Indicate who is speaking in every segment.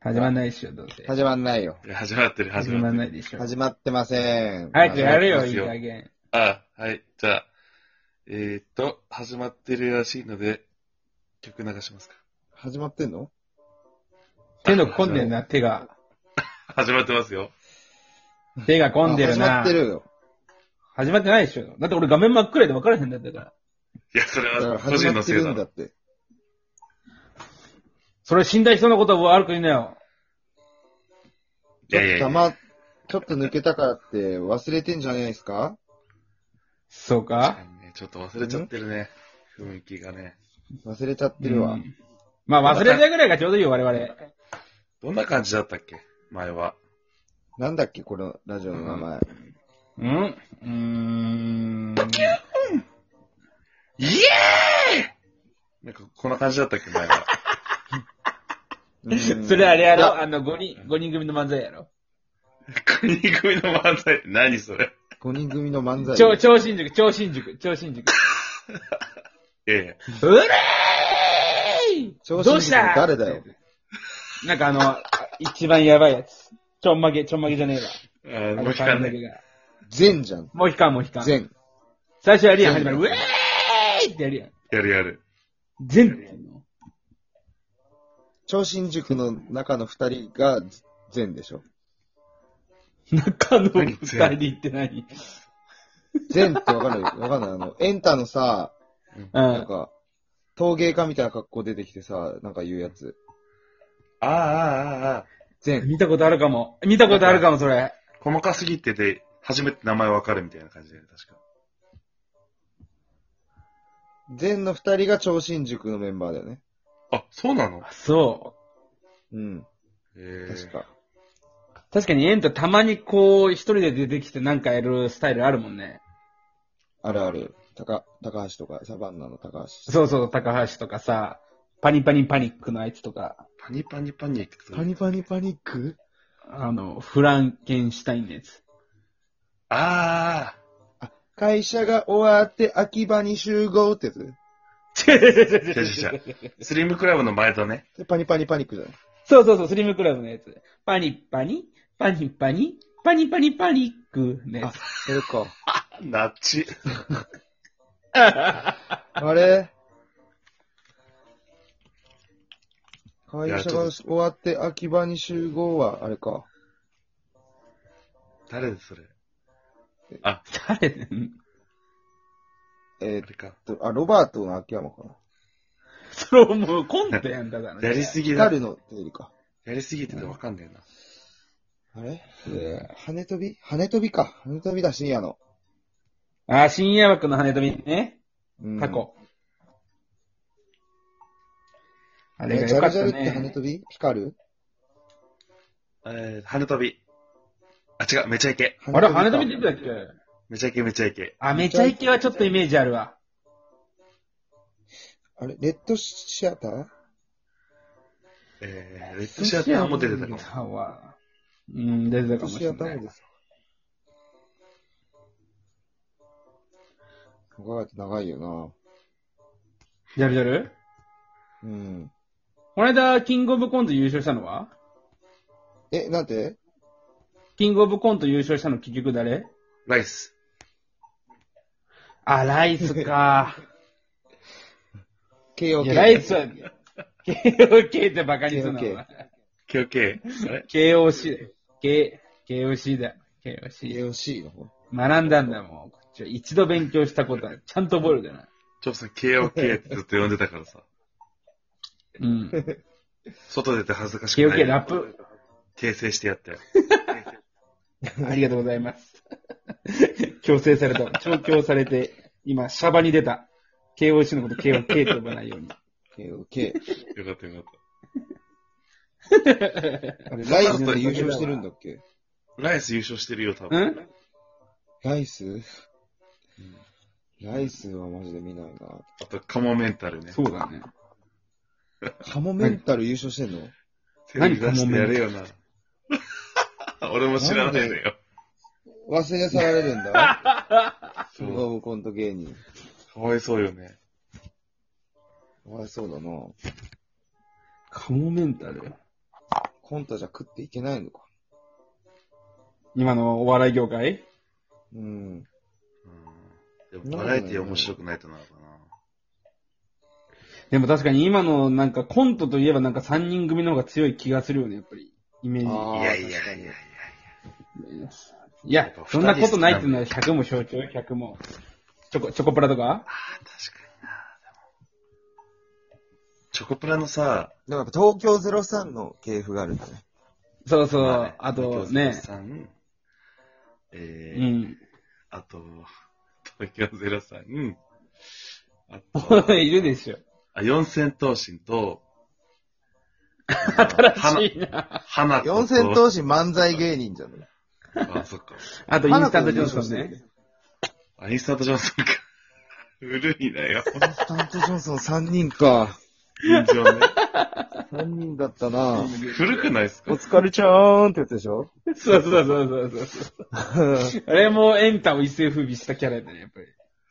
Speaker 1: 始まんないっしょ、どうせ。
Speaker 2: 始まんないよ。
Speaker 3: いや始まってる、始
Speaker 1: 始
Speaker 3: ま
Speaker 1: ま
Speaker 3: っ
Speaker 1: ん
Speaker 3: てる。
Speaker 1: ないでしょ。
Speaker 2: 始まってません。
Speaker 1: 早くやる
Speaker 3: ま
Speaker 1: よ、
Speaker 3: り
Speaker 1: いい
Speaker 3: ますよ
Speaker 1: 加減。
Speaker 3: あ、はい。じゃあ、えー、っと、始まってるらしいので、曲流しますか。
Speaker 2: 始まってんの
Speaker 1: 手の込んでるな、手が。
Speaker 3: 始まってますよ。
Speaker 1: 手が込んでる
Speaker 2: あ始ま
Speaker 1: な。
Speaker 2: ってるよ。
Speaker 1: 始まってないでしょ。だって俺画面真っ暗で分からへんだったから。
Speaker 3: いや、それ
Speaker 2: だから
Speaker 3: は個
Speaker 2: 始
Speaker 3: 人
Speaker 2: ま
Speaker 3: の
Speaker 2: って
Speaker 3: せい
Speaker 2: る
Speaker 3: だ
Speaker 2: んだ
Speaker 3: ろ。
Speaker 2: って。
Speaker 1: それ死んだ人のことは悪く言うなよ。
Speaker 3: いやいやい
Speaker 2: ちょっと
Speaker 3: や、
Speaker 2: 黙っちょっと抜けたからって忘れてんじゃないですか
Speaker 1: そう
Speaker 3: 確
Speaker 1: か
Speaker 3: かにねちょっと忘れちゃってるね。雰囲気がね。
Speaker 2: 忘れちゃってるわ。
Speaker 1: うんまあ忘れないぐらいがちょうどいいよ、我々。
Speaker 3: どんな感じだったっけ前は。
Speaker 2: なんだっけこのラジオの名前。
Speaker 1: うんうーん。
Speaker 3: イエーイなんか、こんな感じだったっけ前は。
Speaker 2: うん
Speaker 1: それあれや
Speaker 2: い
Speaker 1: ろあの、5人、五人組の漫才やろ
Speaker 3: 国組の漫才。何それ。
Speaker 2: 五人組の漫才。
Speaker 1: 超、超新宿、超新宿、超新宿。
Speaker 3: いやいや。
Speaker 1: うれーい
Speaker 2: 超
Speaker 1: どう
Speaker 2: 新塾
Speaker 1: した
Speaker 2: 誰だよ。
Speaker 1: なんかあの、一番やばいやつ。ちょんまげ、ちょんまげじゃねえわ。
Speaker 3: あーもう聞かんね。
Speaker 1: ね。
Speaker 2: 全じゃん。
Speaker 1: もう引かん、もう引かん。
Speaker 2: 全。
Speaker 1: 最初やるやん、始まる。ウェーイってやるやん。
Speaker 3: やるやる。
Speaker 1: 全部やるの。
Speaker 2: 超新塾の中の二人が全でしょ。
Speaker 1: 中の二人って何
Speaker 2: 全ってわかるわかんない。あの、エンタのさ、
Speaker 1: う
Speaker 2: なん
Speaker 1: ん。
Speaker 2: か、陶芸家みたいな格好出てきてさ、なんか言うやつ。
Speaker 3: あーあー、あーあ
Speaker 2: 全。
Speaker 1: 見たことあるかも。見たことあるかも、それ。
Speaker 3: ー。細かすぎてて、初めて名前わかるみたいな感じだよね、確か。
Speaker 2: 全の二人が超新塾のメンバーだよね。
Speaker 3: あ、そうなの
Speaker 1: そ
Speaker 2: うん。
Speaker 3: ええ
Speaker 2: 確か。
Speaker 1: う。確かにエンタたまにこう、一人で出てきてなんかやるスタイルあるもんね。
Speaker 2: あるある。高、高橋とか、サバンナの高橋。
Speaker 1: そうそう、高橋とかさ、パニパニパニックのあいつとか、
Speaker 3: パニパニパニってこと
Speaker 2: パニパニパニック
Speaker 1: あの、フランケンシュタインのやつ。
Speaker 3: あ
Speaker 2: 会社が終わって秋葉に集合ってやつ。
Speaker 3: 違う違うあ、スリムクラブの前だね。
Speaker 2: で、パニパニパニックじゃない。
Speaker 1: そうそうそう、スリムクラブのやつ。パニッパニ、パニッパニ、パニパニパニックのや
Speaker 2: あ
Speaker 1: つ。、
Speaker 2: それか。
Speaker 3: ナッチ。
Speaker 2: あれ
Speaker 3: い
Speaker 2: 会
Speaker 3: や
Speaker 2: 社
Speaker 3: ちょっ
Speaker 2: が
Speaker 3: と
Speaker 2: 終わって秋葉に集合は、あれか。
Speaker 3: 誰それ。
Speaker 1: 誰だよ
Speaker 2: え
Speaker 3: あれか。
Speaker 2: ーっと、あ、ロバートの秋山かな。
Speaker 1: それもうコントやんだから
Speaker 3: やりすぎだ。
Speaker 2: 光のテレビか。
Speaker 3: やりすぎててわかんねえな。
Speaker 2: あれ羽飛び羽飛びか。羽飛びだ、深夜の。
Speaker 1: あ、深夜枠の羽飛びね。
Speaker 2: うん
Speaker 1: 過去。あれ
Speaker 2: え
Speaker 1: が
Speaker 2: ジ
Speaker 1: 良
Speaker 2: ャ
Speaker 1: か
Speaker 2: ル
Speaker 1: っ
Speaker 2: ジ
Speaker 1: た
Speaker 2: ャルって羽
Speaker 1: ね。
Speaker 2: 飛び光る
Speaker 3: えー、羽飛び。あ、違う、めちゃイケ。
Speaker 1: あれ、羽飛びって言
Speaker 2: っ
Speaker 1: ってたっけ
Speaker 3: めちゃイケめちゃイケ。
Speaker 1: あ、めちゃイケはちょっとイメージあるわ。
Speaker 2: あれ、レッドシアター
Speaker 3: えー、レッドシアターも出てたかも。
Speaker 1: はうん、出てた
Speaker 2: レッ
Speaker 1: か
Speaker 2: ド
Speaker 1: もし
Speaker 2: シ
Speaker 1: れ
Speaker 2: アタ
Speaker 1: な
Speaker 2: ー
Speaker 1: い
Speaker 2: も。です。考えて長いよ
Speaker 1: ジャルジャル
Speaker 2: なうん。
Speaker 1: この間、キングオブコント優勝したのは
Speaker 2: え、なんて
Speaker 1: キングオブコント優勝したの結局誰
Speaker 3: ライス。
Speaker 1: あ、ライスか。い
Speaker 2: ?KOK。
Speaker 1: や、ライスは、KOK ってバカにすんな。お
Speaker 2: KOK
Speaker 1: 前
Speaker 3: KOK。あれ
Speaker 1: KOC、K、KOC だ。KOC。
Speaker 2: KOC の方。
Speaker 1: 学んだんだもん。こっちは一度勉強したことは、ちゃんと覚えるじゃない。
Speaker 3: ちょっとさん KOK ってずっと呼んでたからさ。
Speaker 1: うん。
Speaker 3: 外出て恥ずかしくない。
Speaker 1: KOK ラップ。
Speaker 3: 訂正してやったよ。
Speaker 1: ありがとうございます。強制された。調教されて、今、シャバに出た。KOC のこと KOK と呼ばないように。
Speaker 2: KOK。
Speaker 3: よかったよかっ
Speaker 2: あれ、ライスって優勝してるんだっけ
Speaker 3: た。ライス優勝してるよ、多分。
Speaker 1: ん
Speaker 2: ライス
Speaker 3: うん
Speaker 2: ライスはマジで見ないな。
Speaker 3: あと、カモメンタルね。
Speaker 1: そうだね。
Speaker 2: カモメンタル優勝してんの
Speaker 3: テレビ出してやれよな。 俺も知らないのよ。
Speaker 2: 忘れ去られるんだ。キ
Speaker 3: そ
Speaker 2: ン
Speaker 3: う
Speaker 2: グオブコント芸人。
Speaker 3: かわいそうよね。
Speaker 2: かわいそうだな。
Speaker 1: カモメンタル。
Speaker 2: コントじゃ食っていけないのか。
Speaker 1: 今のお笑い業界
Speaker 2: うん。
Speaker 3: うん。でもバラエティ面白くないとなるか
Speaker 1: でも確かに今のなんかコントといえばなんか3人組の方が強い気がするよね、やっぱり。イメージ。
Speaker 2: あ
Speaker 3: な。
Speaker 2: ー
Speaker 3: いやいやいや
Speaker 2: 確か
Speaker 3: い
Speaker 2: に
Speaker 3: やいや。
Speaker 1: いや、そんなことないっていうのは100も象徴よ、100も。チョコ、チョコプラとか
Speaker 3: ああ、確かにな。でもチョコプラのさ、
Speaker 2: でもやっぱ東京03の系譜があるんだね。
Speaker 1: そうそう、
Speaker 3: まね
Speaker 1: あとね、
Speaker 3: 東京03え
Speaker 1: う
Speaker 3: ー
Speaker 1: ん。
Speaker 3: あと、東京ゼロさん、うん。あと、
Speaker 1: いるでしょ。
Speaker 3: あ四千頭身と、
Speaker 1: 新しいな。
Speaker 3: 花子と。
Speaker 2: 四千頭身漫才芸人じゃない。
Speaker 3: 身。あ、そっか。
Speaker 1: あとインスタントジョンソン
Speaker 2: 花子も優勝してる
Speaker 1: ね。
Speaker 3: あ、インスタントジョンソンか。 古いなよ。
Speaker 2: インスタントジョンソン3人か。
Speaker 3: 人情ね。
Speaker 2: 3人だったな
Speaker 3: 古くないです
Speaker 2: お
Speaker 3: か
Speaker 2: 疲れちゃーんってやつでしょ
Speaker 1: そうそうそうそうそう。あれもエンタを一世風靡したキャラだね、やっぱり。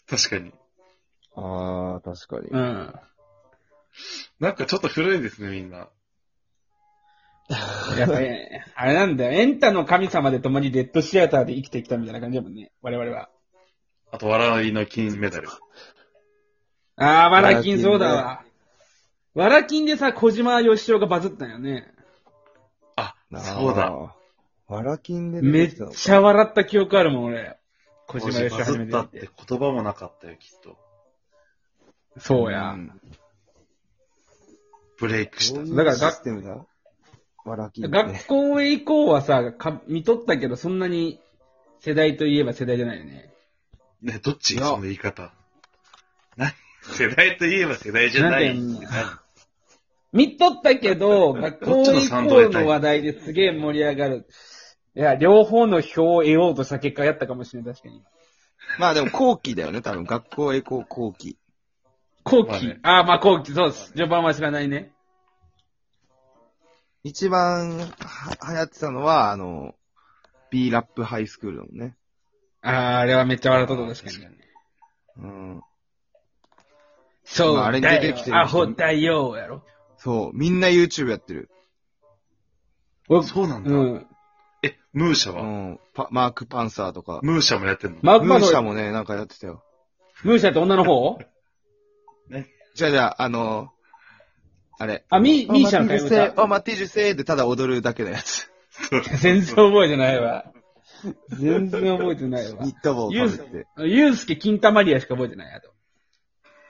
Speaker 3: 確かに。
Speaker 2: あー、確かに。
Speaker 1: うん。
Speaker 3: なんかちょっと古いですね、みんな。
Speaker 1: やっぱり、あれなんだよ。エンタの神様で共にレッドシアターで生きてきたみたいな感じだもんね。我々は。
Speaker 3: あと、笑いの金メダル。
Speaker 1: あー、わらきんそうだわ。わらきんでさ、小島よしおがバズったんよね。
Speaker 3: あ、
Speaker 2: なあ
Speaker 3: そうだ。。
Speaker 2: わらきんで
Speaker 1: め
Speaker 2: 出
Speaker 1: って
Speaker 2: きたのか
Speaker 1: ちゃ笑った記憶あるもん、俺。小
Speaker 3: 小
Speaker 1: 島よしお
Speaker 3: バ
Speaker 1: 初
Speaker 3: ズ
Speaker 1: め
Speaker 3: ってた
Speaker 1: 見。
Speaker 3: ってて言葉もなかったよ、きっと。
Speaker 1: そうや。
Speaker 2: ん
Speaker 3: ブレイクし
Speaker 2: ど
Speaker 3: た
Speaker 2: うい。う
Speaker 1: だから
Speaker 2: システムだわらきんで。
Speaker 1: 学校へ行こうはさ、か見とったけど、そんなに世代といえば世代じゃないよね。
Speaker 3: ね、どっち
Speaker 2: いや
Speaker 3: その言い方。な、世代といえば世代じゃない。
Speaker 1: なんて言う
Speaker 3: な
Speaker 1: 見とったけど、学校へ行こうの話題ですげえ盛り上がる。いや、両方の票を得ようとした結果やったかもしれない、確かに。
Speaker 2: まあでも後期だよね、多分。学校へ行こう後期。
Speaker 1: 後期。
Speaker 3: まあね
Speaker 1: ああ、まあ後期、そうです。序盤は知らないね。
Speaker 2: 一番は流行ってたのは、あの、B ラップハイスクールだもんね。
Speaker 1: ああ、あれはめっちゃ笑ったとこ確か
Speaker 3: 確か
Speaker 1: に
Speaker 3: に。
Speaker 2: うん。
Speaker 1: そう
Speaker 2: まああれに出てきてる人
Speaker 1: アホだよ、やろ。
Speaker 2: そう。みんな YouTube やってる。
Speaker 1: う
Speaker 3: そうなんだ。
Speaker 1: うん。
Speaker 3: え、ムーシャ
Speaker 2: う
Speaker 3: は、
Speaker 2: ん。パマーク・パンサーとか。
Speaker 3: ムーシャもやってんの、
Speaker 1: マグ
Speaker 2: ム
Speaker 1: マ
Speaker 2: ー
Speaker 1: の
Speaker 2: シャもね、なんかやってたよ。
Speaker 1: ムーシャって女の 方
Speaker 2: じゃあじゃあ、あの、あれ。
Speaker 1: あ、ミミーシャの会話
Speaker 2: お待ち受せ
Speaker 1: か
Speaker 2: お待ち受せでただ踊るだけのやつ。
Speaker 1: 全然覚えてないわ。全然覚えてないわ
Speaker 2: ニ。ット帽をかぶって。
Speaker 1: ユースケ、金玉リアしか覚えてない、あと。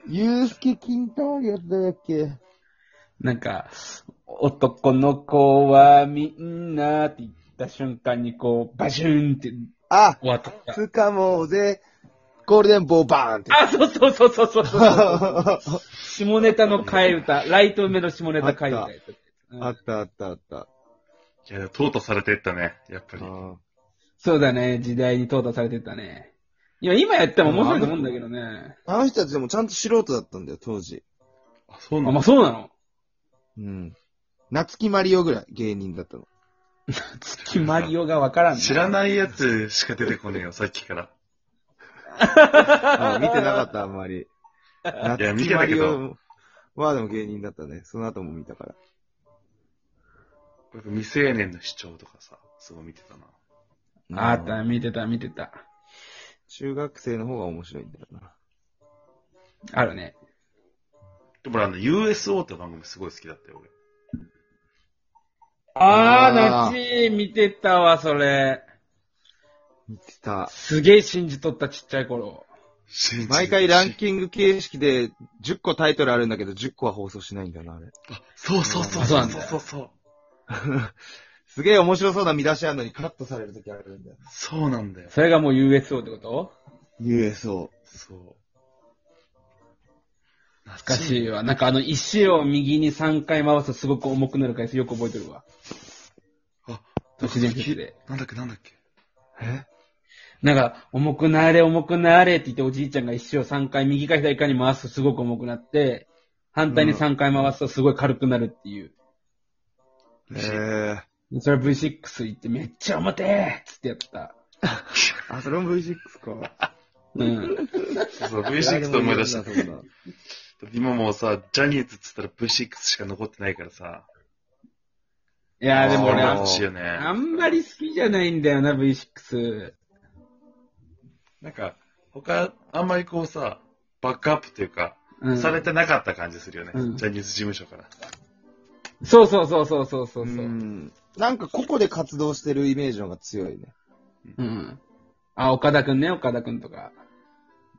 Speaker 2: ゆうすけ金玉やったやっけ
Speaker 1: なんか、男の子はみんなって言った瞬間にこう、バシューンって
Speaker 2: あ
Speaker 1: 終わった。
Speaker 2: つかもうぜ、ゴールデンボーバーンって。
Speaker 1: あ、そうそうそうそうそう そう。下ネタの替え歌。ライト目の下ネタ替え歌やったうん
Speaker 2: あったあったあった。
Speaker 3: いや、淘汰されてったね、やっぱり。
Speaker 2: あ
Speaker 1: そうだね。時代に淘汰されてったね。いや、今やっても面白いと思うんだけどね。
Speaker 2: あの人たちでもちゃんと素人だったんだよ、当時。
Speaker 3: あ、そう
Speaker 1: あ、
Speaker 3: なん
Speaker 1: まあ
Speaker 3: だ。
Speaker 1: そうなの。
Speaker 2: うん。夏木マリオぐらい芸人だ ったの。
Speaker 1: 月マリオがわからん、
Speaker 3: 知ら
Speaker 1: い。
Speaker 3: ないやつしか出てこねえよ、さっきから。
Speaker 2: あ見てなかった、あんまり。
Speaker 3: いや
Speaker 2: 夏
Speaker 3: 見
Speaker 2: 木
Speaker 3: て
Speaker 2: マ
Speaker 3: たけ
Speaker 2: リ
Speaker 3: ど
Speaker 2: オはでも芸人だったね。その後も見たから。
Speaker 3: 未成年の主張とかさ、すごい見てたな。
Speaker 1: あった、
Speaker 2: うん
Speaker 1: 見てた、見てた。
Speaker 2: 中学生の方が面白いんだよな。
Speaker 1: あるね。
Speaker 3: でもあの、USO って番組すごい好きだったよ、俺。
Speaker 1: あー、
Speaker 2: あー
Speaker 1: 夏見てたわ、それ。
Speaker 2: 見てた。
Speaker 1: すげえ信じとった、ちっちゃい頃。
Speaker 3: 信じて
Speaker 2: 毎回ランキング形式で10個タイトルあるんだけど10個は放送しないんだな、あれ。
Speaker 3: あ、そうそうそう
Speaker 1: あそう
Speaker 3: そ
Speaker 1: な
Speaker 3: うん
Speaker 1: だ
Speaker 3: そうそうそう。
Speaker 2: すげえ面白そうな見出しあるのにカットされるときあるんだよ。
Speaker 3: そうなんだよ。
Speaker 1: それがもう USO ってこと
Speaker 2: USO。
Speaker 3: そう。
Speaker 1: おか
Speaker 3: 懐
Speaker 1: しいわ。なんかあの石を右に3回回すとすごく重くなる回数よく覚えてるわ。
Speaker 3: あ、
Speaker 1: 都市伝説で。
Speaker 3: なんだっけ、なんだっけ。
Speaker 2: え
Speaker 1: なんか、重くなれ、重くなれって言っておじいちゃんが石を3回右か左かに回すとすごく重くなって、反対に3回回すとすごい軽くなるっていう。
Speaker 2: えー。
Speaker 1: それ V6 行ってめっちゃ重てーっつってやった。
Speaker 2: あ、それも V6 か。
Speaker 1: うん。
Speaker 3: そうそう、V6 と思い出した。
Speaker 2: た。
Speaker 3: 今もうさ、ジャニーズっつったら V6 しか残ってないからさ、
Speaker 1: いやーでも俺、
Speaker 3: あ
Speaker 1: あん
Speaker 3: れ欲しいよね。
Speaker 1: あんまり好きじゃないんだよな、V6。
Speaker 3: なんか、他、あんまりこうさ、バックアップっていうか、
Speaker 1: うん、
Speaker 3: されてなかった感じするよね。
Speaker 1: うん
Speaker 3: ジャニーズ事務所から。
Speaker 1: そうそうそうそうそうそうう。うん。
Speaker 2: ん。なんか、ここで活動してるイメージの方が強いね。
Speaker 1: あ、岡田くんね、岡田くんとか。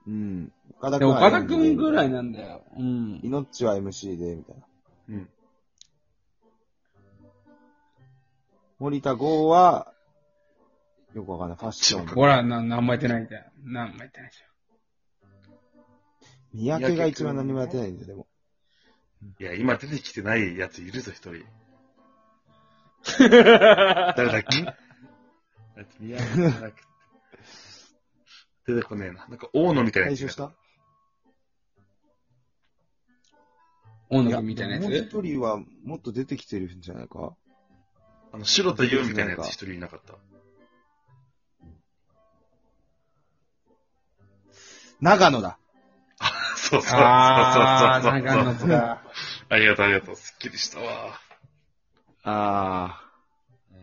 Speaker 2: うん。岡田
Speaker 1: で
Speaker 2: 君
Speaker 1: 岡田くんぐらいなんだよ。う
Speaker 2: イ
Speaker 1: ん。
Speaker 2: ノッチは MC で、みたいな。
Speaker 3: うん。
Speaker 2: 森田剛は、よくわかんない。ファッション。
Speaker 1: ほら、な、何もやってないんだよ。何もやってない じ
Speaker 2: 三宅が一番何もやってないんだよ、でも。
Speaker 3: いや、今出てきてないやついるぞ、一人。
Speaker 1: ゃん。
Speaker 3: 誰だっけあいつ宮城じゃなくて。出てこねえな。なんか、大野みたいな
Speaker 2: 回
Speaker 3: やつ
Speaker 2: 収
Speaker 3: が。
Speaker 2: した
Speaker 1: 大野くんみたいなや
Speaker 2: もう
Speaker 1: つ
Speaker 2: 一人はもっと出てきてるんじゃないか
Speaker 3: あの、白と優みたいなやつ一人いなかった。
Speaker 2: 長野だ。
Speaker 3: そうそうそうそうそう。
Speaker 1: あー、長野とか。
Speaker 3: ありがとう、ありがとう。すっきりしたわ。
Speaker 2: あ
Speaker 3: うん。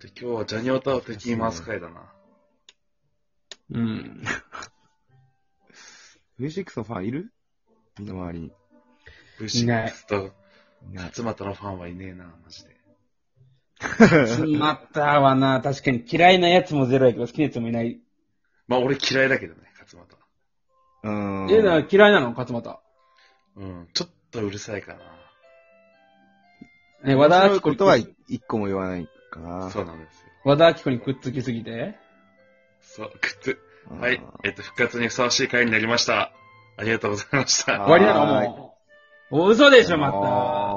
Speaker 3: で、今日はジャニオタを敵に回す回だな。
Speaker 1: うん。
Speaker 2: ー。V6 のファンいる身の回りに。
Speaker 1: いない
Speaker 3: V6 と
Speaker 2: いない
Speaker 3: 勝俣のファンはいねえな、マジで。
Speaker 1: つまったわな。確かに嫌いなやつもゼロやけど、好きなやつもいない。
Speaker 3: まあ、俺嫌いだけどね、勝俣。
Speaker 2: うん。
Speaker 1: え、だから嫌いなの勝俣。
Speaker 3: うん。ちょっとうるさいか
Speaker 1: え、和
Speaker 2: 和
Speaker 1: 田
Speaker 2: 田
Speaker 1: 明
Speaker 2: 明
Speaker 1: 子
Speaker 2: 子
Speaker 1: に
Speaker 2: とは一個も言わないか
Speaker 3: な。
Speaker 2: な。
Speaker 3: そうなんですよ。
Speaker 1: 和田明子にくっつきすぎて。
Speaker 3: そう、くっつ。
Speaker 2: うん
Speaker 3: はい。えっと、復活にふさわしい回になりました。ありがとうございました。
Speaker 1: 終わりなの
Speaker 2: はーい
Speaker 1: もう。嘘でしょ、ま
Speaker 2: あー
Speaker 1: た。